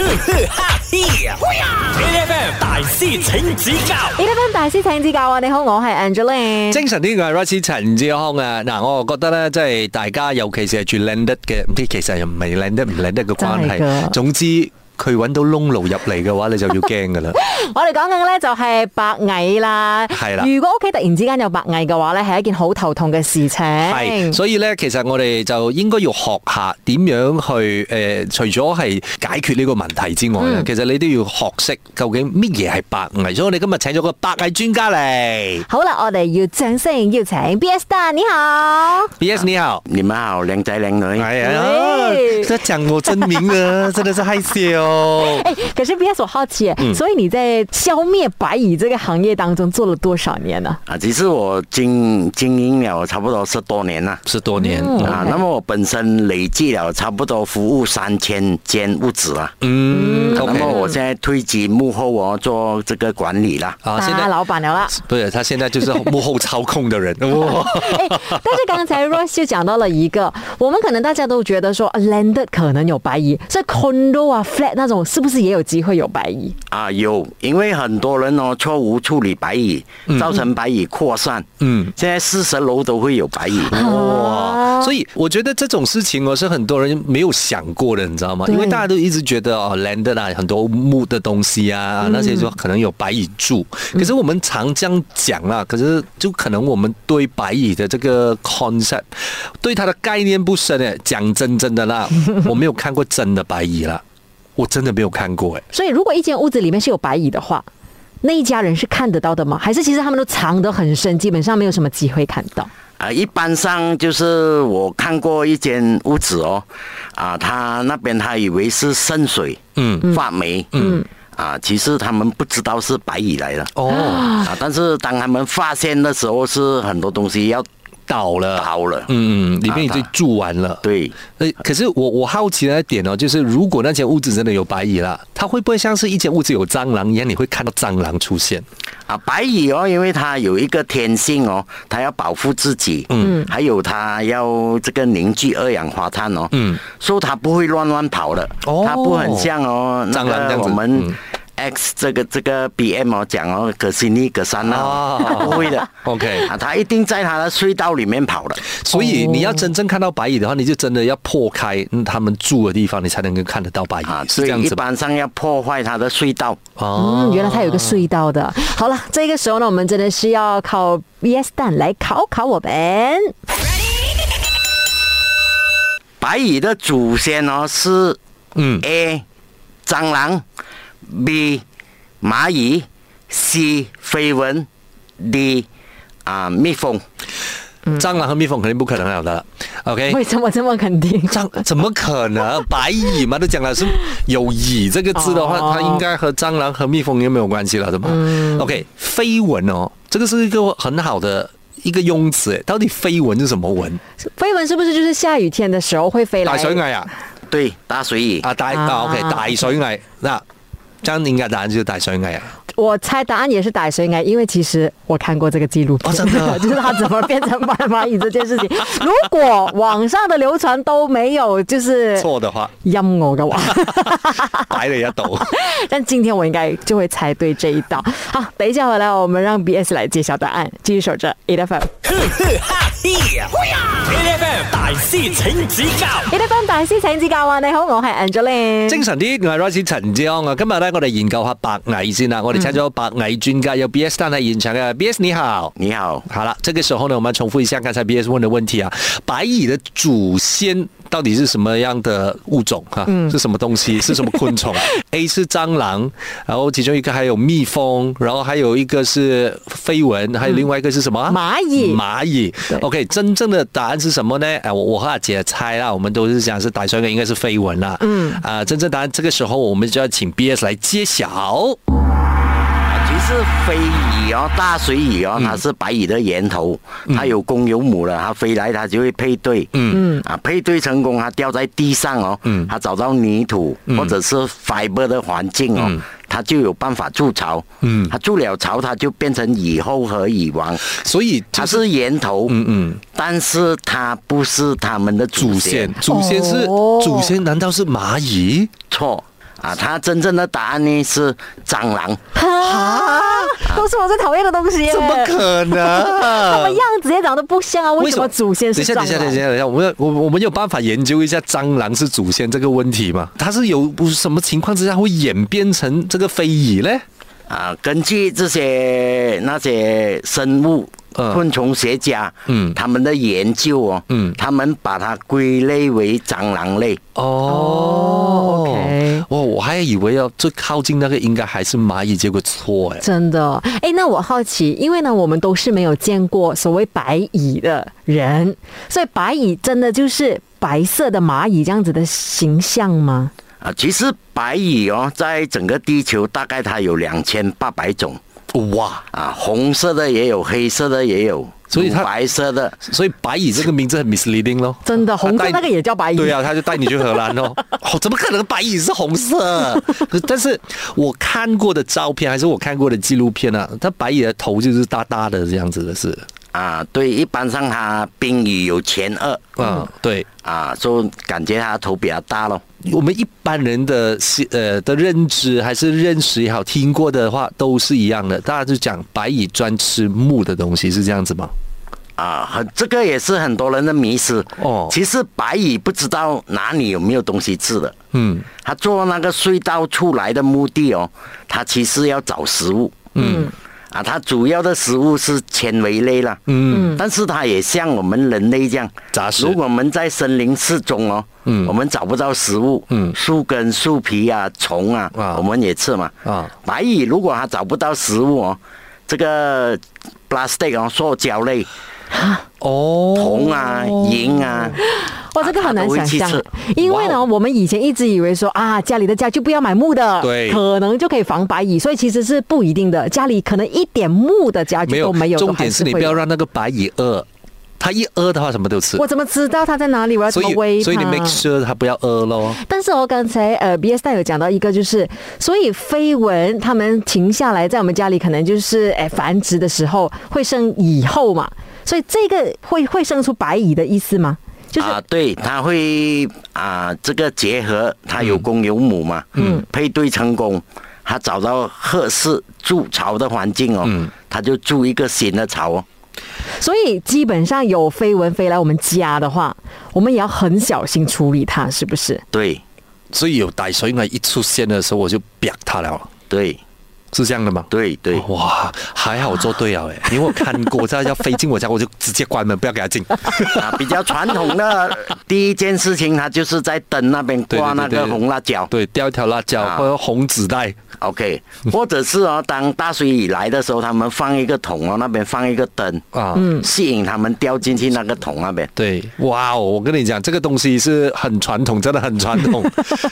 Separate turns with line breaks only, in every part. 哈 FM 大師請指教
呢班大師請指教啊！你好，我係 Angeline。
精神啲嘅係 Royce 陳志康啊！嗱，我覺得咧，即係大家尤其是係住 landed 嘅，唔知其實又唔係 landed 唔 landed 嘅關
真係㗎
係。總之佢揾到窿路入嚟嘅話，你就要驚噶啦。
我哋講緊咧就係白蟻啦。
係啦
如果屋企突然之間有白蟻嘅話咧，係一件好頭痛嘅事情。
係，所以咧，其實我哋就應該要學下點樣去誒、呃除咗係解決呢個問題之外
嗯
咧，其實你都要學識究竟乜嘢係白蟻。所以我哋今日請咗個白蟻專家嚟。
好啦，我哋要掌聲邀請 B S 蛋，你好。
B.S. 你好。
你们好，靓仔靓女，
哎呀
喂，
这講我真名 啊，真的是害羞。
哎、可是 B S 我好奇、啊
嗯
所以你在消滅白蟻這個行業當中做了多少年呢、
啊，其实我经经营了差不多十多年了。
十多年，
嗯
啊，
OK
那么我本身累计了差不多服务三千间屋子啊，
嗯
那
，OK
么我现在推及幕后哦做这个管理啦。
啊，现
大
在
老闆了 啦。
不是他现在就是幕后操控的人。哇，
哎，但是刚才 Rose 就讲到了一个，我们可能大家都觉得说啊 landed 可能有白蚁，所以 condo 啊 flat 那种是不是也有机会有白蚁？
啊，有，因为很多人哦错误处理白蚁，造成白蚁扩散。
嗯，
现在四十楼都会有白蚁。
哇！哦所以我觉得这种事情哦，是很多人没有想过的，你知道吗？
对
因为大家都一直觉得哦，landed 啊，很多木的东西啊，那些说可能有白蚁住。可是我们常这样讲啊，可是就可能我们对白蚁的这个 concept，对它的概念不深诶。讲真真的啦，我没有看过真的白蚁啦，我真的没有看过诶。欸
所以如果一间屋子里面是有白蚁的话，那一家人是看得到的吗？还是其实他们都藏得很深，基本上没有什么机会看到？
啊，一般上就是我看过一间屋子哦，啊，他那边他以为是渗水，嗯，发霉，嗯，啊，其实他们不知道是白蚁来的。
哦，
啊！但是当他们发现的时候，是很多东西要
倒了。
倒了。
嗯，里面已经
啊
住完了。
对，
呃，可是我我好奇的一点哦，就是如果那间屋子真的有白蚁啦，它会不会像是一间屋子有蟑螂一样，你会看到蟑螂出现？
啊，白蚁哦，因为它有一个天性哦，它要保护自己，嗯，还有它要这个凝聚二氧化碳哦，嗯，所以它不会乱乱跑的，
哦
它不很像哦，
蟑
那
螂这样
个
子
我们
嗯
X 这个这个 BM 哦讲哦，格西尼格桑纳
哦
哦，它不会的
OK
啊，它一定在它的隧道里面跑的，
所以你要真正看到白蚁的话，你就真的要破开、嗯、他们住的地方，你才能够看得到白蚁，
啊，
是
所
这
以
样
一
子吧？
般上要破坏它的隧道。
哦，
嗯，原来它有一个隧道的。好了，这个时候呢，我们真的是要靠 BS 蛋来考考我们。
白蚁的祖先哦是
嗯
A 蟑螂，B 蚂蚁，C 飞蚊，D 啊蜜蜂。
蟑螂和蜜蜂肯定不可能有的了。OK，
为什么这么肯定？
蟑怎么可能？白蚁嘛，都讲了是有“蚁”这个字的话，
哦
它应该和蟑螂和蜜蜂也没有关系了，对吧、o k 飞蚊哦，这个是一个很好的一个用词诶。到底飞蚊是什么蚊？
飞蚊是不是就是下雨天的时候会飞来？
大水蚁啊，
对，大水蚁
啊大啊
啊
OK，大水蚁那。这样应该答案就是大水蚁啊！
我猜答案也是打水应该，因为其实我看过这个纪录片，
哦真的
就是他怎么变成白蚂蚁这件事情。如果网上的流传都没有就是
错的话，
阴我的话，
白了一抖。
但今天我应该就会猜对这一道。好，等一下回来我们让 B S 来揭晓答案，继续守着 E F M。
，FM 大師請指教
E F M 大師請指教啊！你好，我係 Angeline。
精神啲，我係 Royce 陳志安啊！今日咧，我哋研究下白蟻先啊啦。我哋請咗白蟻專家，有 B.S. 丹喺現場嘅。B.S. 你好。
你好，
好了，这个时候呢，我们要重复一下刚才 B S 问的问题啊，白蚁的祖先到底是什么样的物种哈、
嗯
是什么东 西？是什么昆虫？A 是蟑螂，然后其中一个还有蜜蜂，然后还有一个是飞蚊，还有另外一个是什么啊？
蚂蚁
蚂蚁
对。
OK，真正的答案是什么呢？哎，我我和阿姐猜啦，我们都是想是打算的应该是飞蚊啦。嗯。啊、真正答案这个时候我们就要请 B S 来揭晓。
啊其实飞蚁哦，大水蚁哦，它是白蚁的源头，它有公有母了，它飞来它就会配对，嗯啊，配对成功，它掉在地上哦，它找到泥土或者是 fiber 的环境哦，它就有办法筑巢，嗯，它筑了巢，它就变成蚁后和蚁王，
所以就
它是源头，嗯嗯，但是它不是他们的祖
祖
先
先，，祖先是、
哦
祖先，难道是蚂蚁？
错。啊，它真正的答案呢是蟑螂。
哈，都是我最讨厌的东西耶。
怎么可
什么
能？
样子也长得不像啊？为什么祖先是
等一下，等一下，等一
蟑螂
下，等一下，我们要我我们有办法研究一下蟑螂是祖先这个问题吗？它是有什么情况之下会演变成这个非蚁呢？
啊，根据这些那些生物
嗯
昆虫学家，
嗯
他们的研究哦，
嗯
他们把它归类为蟑螂类。
哦
哦
，OK
哦，我还以为要最靠近那个应该还是蚂蚁，结果错哎。
真的，哎，那我好奇，因为呢，我们都是没有见过所谓白蚁的人，所以白蚁真的就是白色的蚂蚁这样子的形象吗？
啊，其实白蚁哦，在整个地球大概它有两千八百种
哇，
啊，红色的也有，黑色的也有，
所以它
乳白色的
所以白蚁这个名字很 misleading 咯。
真的，红
它带
色那个也叫白蚁，
对啊，他就带你去荷兰 哦。哦，怎么可能白蚁是红色？可但是我看过的照片还是我看过的纪录片啊，它白蚁的头就是大大的这样子的是。
啊，对，一般上它冰蚁有前二
嗯，对。
啊，就感觉它头比较大咯。
我们一般人的西呃的认知还是认识也好，听过的话都是一样的，大家就讲白蚁专吃木的东西是这样子吗？
啊，很这个也是很多人的迷失
哦
其实白蚁不知道哪里有没有东西吃的，
嗯，
它做那个隧道出来的目的哦，它其实要找食物。嗯，啊，它主要的食物是纤维类啦。嗯，但是它也像我们人类这样
杂食
如果我们在森林四中哦，嗯，我们找不到食物，
嗯
树根、树皮啊、虫啊，
啊
我们也吃嘛。
啊
白蚁如果它找不到食物哦，这个 plastic 哦，塑胶类。
哦，
铜啊、银啊，
哇，这个很难想象
它都会去，
因为呢，
哇哦
我们以前一直以为说啊，家里的家具不要买木的，
对
可能就可以防白蚁，所以其实是不一定的，家里可能一点木的家
没
具
有
都没有，
重
都还
点是你
会
不要
有。
让那个白蚁饿，它一饿的话什么都吃
我。怎么知道它在哪里？我要怎
所
么喂
以，
它？
所以你 make sure 它不要饿咯。
但是我刚才呃，B S 带有讲到一个，就是所以飞蚊它们停下来在我们家里，可能就是哎繁殖的时候会生蚁后嘛，所以这个会会生出白蚁的意思吗？就是、
啊，对，它会啊，这个结合它有公有母嘛，嗯，配对成功，它找到合适筑巢的环境哦，嗯，它就筑一个新的巢哦，
所以基本上有飞蚊飞来我们家的话，我们也要很小心处理它，是不是？
对
所以有歹水蚁一出现的时候，我就扁它了，
对
是这样的吗？
对对，
哇，还好我做对了哎， 因为我看过，它要飞进我家，我就直接关门，不要给它 进。
啊，比较传统 的第一件事情，它就是在灯那边
对对
挂那
对
个
对
红辣椒
对，掉一条辣椒
啊
或者红纸袋。
，OK，或者是哦，当大水蚁来的时候，他们放一个桶哦，那边放一个灯
啊
吸引他们掉进去那个桶那边。
对，哇哦！我跟你讲，这个东西是很传统，真的很传统。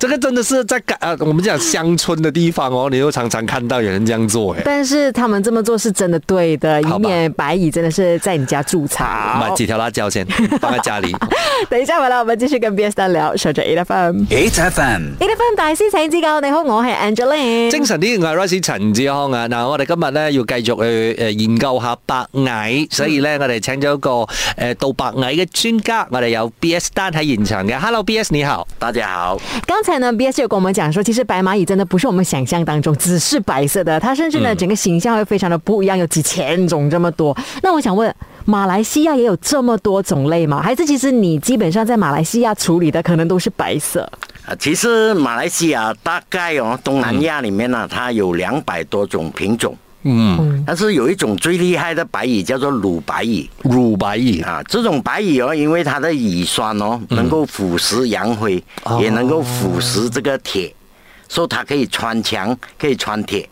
这个真的是在感呃，我们讲乡村的地方哦，你又常常看到有人这样做哎。
但是他们这么做是真的对的，
好吧
以免白蚁真的是在你家筑
买
巢。
几条辣椒先放在家里。
等一下回来，我们继续跟 B S 单聊，守着 A F M。
，8FM。
A F M 大师请指教，你好，我系 Angeline。
精神啲，我係 Rice 陳志康啊！嗱，我哋今日咧要繼續去誒研究下白蟻，所以咧我哋請咗一個誒杜白蟻嘅專家，我哋有 B.S. 丹喺現場嘅。Hello B.S. 你好。
大家好。
刚才呢，B S 有跟我们讲说，其实白蚂蚁真的不是我们想象当中只是白色的，它甚至呢、
嗯
整个形象会非常的不一样，有几千种这么多。那我想问，马来西亚也有这么多种类吗？还是其实你基本上在马来西亚处理的可能都是白色？
啊，其实马来西亚大概哦，东南亚里面呢、
嗯
它有两百多种品种。嗯，但是有一种最厉害的白蚁叫做乳白蚁
乳白蚁
啊，这种白蚁哦，因为它的蚁酸哦，能够腐蚀洋灰，
嗯
也能够腐蚀这个铁，所以它可以穿墙，可以穿铁。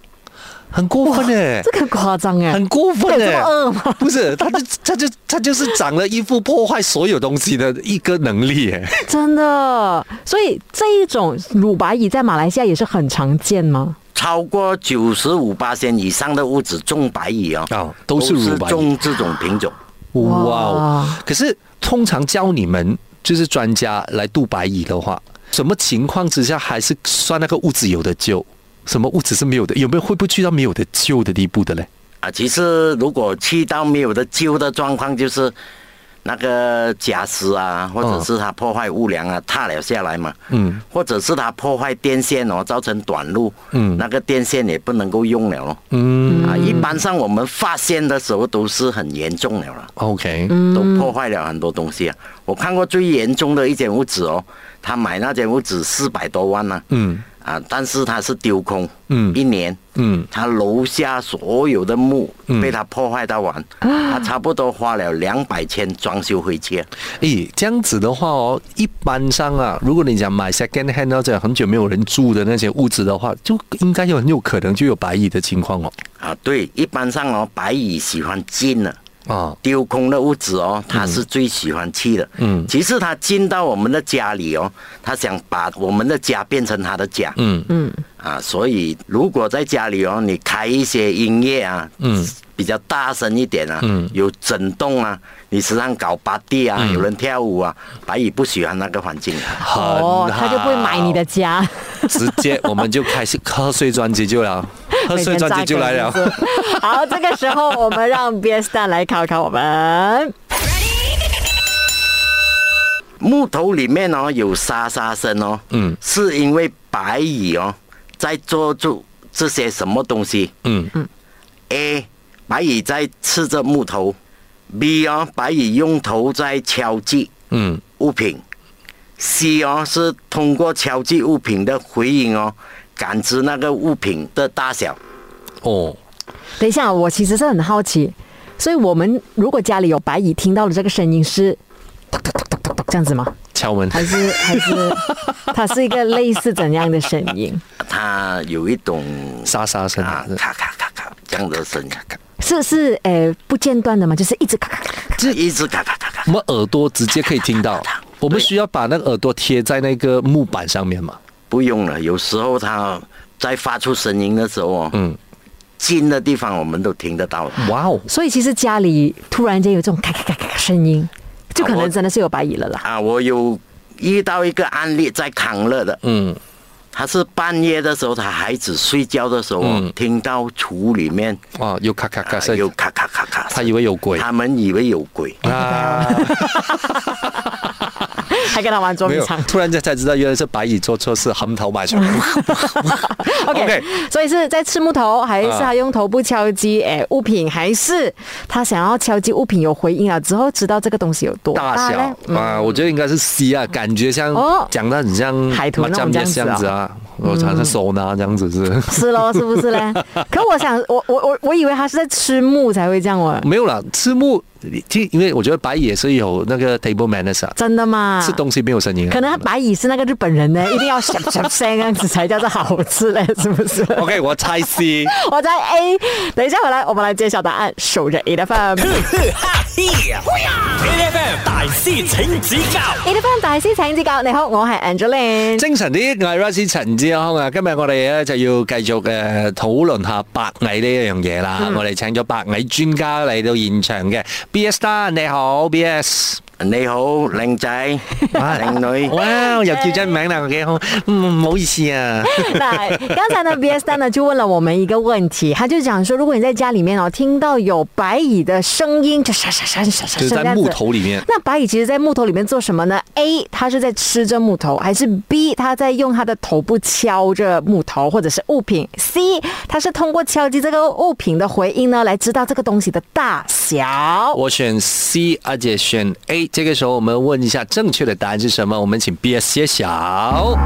很过分哎、
这个很夸张哎、
很过分
有这
哎、
么恶吗？
不是，他就他就他就是长了一副破坏所有东西的一个能力哎、
真的。所以这一种乳白蚁在马来西亚也是很常见吗？
超过九十五八千以上的物质种白蚁哦，
啊都是乳白蚁
种这种品种。
哇
哇
哦！可是通常教你们就是专家来渡白蚁的话，什么情况之下还是算那个物质有的救？什么物质是没有的？有没有会不会去到没有的救的地步的嘞？
啊，其实如果去到没有的救的状况，就是那个假石啊，或者是它破坏屋梁啊，塌了下来嘛，嗯，或者是它破坏电线哦，造成短路，嗯，那个电线也不能够用了咯，嗯，啊，一般上我们发现的时候都是很严重了啦，
OK，
都破坏了很多东西啊。我看过最严重的一间屋子哦，他买那间屋子四百多万呢、嗯。啊，但是他是丢空，嗯，一年，嗯，他楼下所有的木被他破坏到完，他差不多花了两百千装修啊回去。
诶，这样子的话哦，一般上啊，如果你想买 second hand 到这样很久没有人住的那些屋子的话，就应该有很有可能就有白蚁的情况哦。
啊，对，一般上哦，白蚁喜欢进了。
啊，
丢空的屋子哦，它是最喜欢去的。嗯，其实它进到我们的家里哦，它想把我们的家变成它的家。
嗯
嗯，啊，所以如果在家里哦，你开一些音乐啊，嗯，比较大声一点啊，嗯，有震动啊，你时常搞巴蒂啊，有人跳舞啊，白蚁不喜欢那个环境啊。
很
哦，他就不会买你的
好，
家。
直接我们就开始贺岁专辑就了，贺 岁专辑就来了。
好，这个时候我们让 B S 蛋来考考我们。
木头里面哦有沙沙声哦，嗯，是因为白蚁哦在捉住这些什么东西，
嗯
嗯，A 白蚁在吃着木头，B 哦白蚁用头在敲击
嗯
物品，C 哦是通过敲击物品的回音哦感知那个物品的大小，
哦，
等一下，我其实是很好奇，所以我们如果家里有白蚁，听到的这个声音是。这样子吗？
敲门。
还是还是它是一个类似怎样的声音？
它有一种
沙沙声
啊咔咔咔咔这样的声音，
是是诶、呃不间断的吗？就是一直咔咔咔咔。
这一直咔咔咔咔。
我们耳朵直接可以听到。我们需要把那个耳朵贴在那个木板上面嘛？
不用了，有时候它在发出声音的时候哦，
嗯，
近的地方我们都听得到的。
嗯
哇哦，
所以其实家里突然间有这种咔咔咔咔咔声音，就可能真的是有白蚁了啦。
啊，我有遇到一个案例在康乐的，
嗯，
他是半夜的时候，他孩子睡觉的时候哦，
嗯
听到厨里面、
哇，有咔咔
啊
咔声，
有咔咔咔咔声，
他以为有鬼
他们以为有鬼。
啊，
还跟他玩捉
没
迷
有
藏，。
突然间才知道原来是白蚁做错事，横头买出来。
OK，
OK
所以是在吃木头，还是
啊
他用头部敲击诶、物品，还是他想要敲击物品有回应了之后，知道这个东西有多
大
大呢？
小啊，我觉得应该是 C 啊，感觉像
嗯哦
讲的很像
海豚那种
麻将
这
这
样
样
子嗯
子啊，我常常手拿这样子是。
是咯，是不是嘞？可我想，我我我我以为他是在吃木才会这样哦，
没有啦，吃木，其实因为我觉得白蚁也是有那个 table manners 啊，
真的吗？
吃东西没有声音啊。
可能他白蚁是那个日本人呢，一 定要小小声这样子才叫做好吃嘞，是不 是？
OK，我猜 C。
我在 A，等一下回来，我们来揭晓答案。守着 A 的 FM。
哈嘿呀！A F M 大师請指教
A 的 FM 大師請指教，你好，我係 Angeline。
精神啲，我係 r u s s 陳志康啊！今日我哋咧就要繼續誒討論下白蟻呢一樣嘢啦。我哋請咗白蟻專家嚟到現場嘅，B.S. 啦，你好，B.S.
你好，靚仔，
啊
靚女。
哇，又叫真名啦，幾好，嗯，唔好意思啊。
那刚才呢，B S 蛋呢就问了我们一个问题，他就讲说，如果你在家里面哦听到有白蚁的声音，就沙沙沙沙沙
就是
沙
在
这样子
木。头里面。
那白蚁其实，在木头里面做什么呢？A，它是在吃着木头，还是 B，它在用它的头部敲着木头或者是物品？C，它是通过敲击这个物品的回应呢，来知道这个东西的大小。
我选 C，阿姐选 A。这个时候我们问一下正确的答案是什么？我们请 B.S. 揭晓。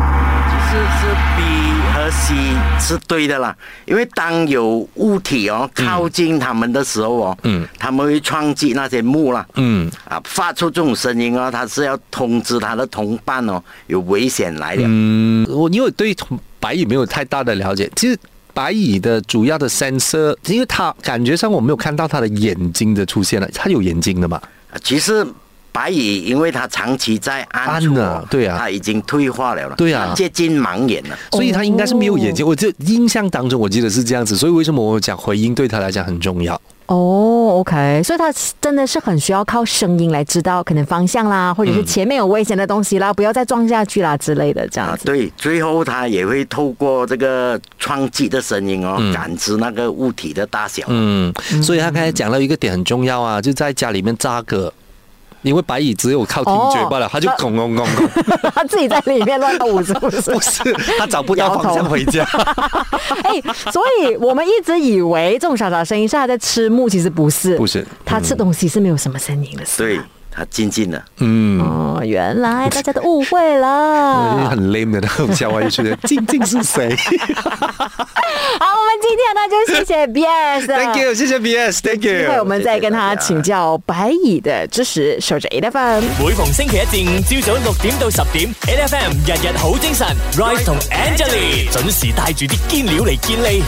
其实是 B 和 C 是对的啦，因为当有物体哦
嗯
靠近它们的时候哦，嗯，他们会撞击那些木啦，
嗯，
啊，发出这种声音哦，它是要通知它的同伴哦，有危险来了。
嗯我因为对白蚁没有太大的了解，其实白蚁的主要的 sensor，因为它感觉上我没有看到它的眼睛的出现了，它有眼睛的嘛？
啊其实白蚁因为它长期在暗
暗
处、
啊对啊
它已经退化了了，
对啊
它接近盲眼了。
哦
所以它应该是没有眼睛。我这印象当中我记得是这样子，所以为什么我讲回音对它来讲很重要？
哦、o k 所以它真的是很需要靠声音来知道可能方向啦，或者是前面有危险的东西啦，不要再撞下去啦之类的这样
啊，
子。
对，最后它也会透过这个撞击的声音哦，
嗯
感知那个物体的大小。
嗯
嗯，所以他刚才讲到一个点很重要啊，就在家里面扎个因为白蚁只有靠听觉罢
哦
了，它就拱拱拱拱，
他 自己在里面乱舞是不是？
不是它找不到方向回 家。
哎、所以我们一直以为这种小小声音是他在吃木，其实不是，
不是
他吃东西是没有什么声音的，是
对
吗，
它静静的。
嗯，
哦，原来大家都误会
我
了。
很 lame 的那种笑话，就觉得静静是 谁
好，我们今天呢就谢谢 BS 了。
？Thank you，谢谢 BS，Thank
一啊会
you
我。们再跟他请教白蚁的知识。守着 A F M。
每逢星期一至五朝早六點到十點，N F M 日日好精神，Rise 同 Angelie 準時帶住啲堅料嚟健利。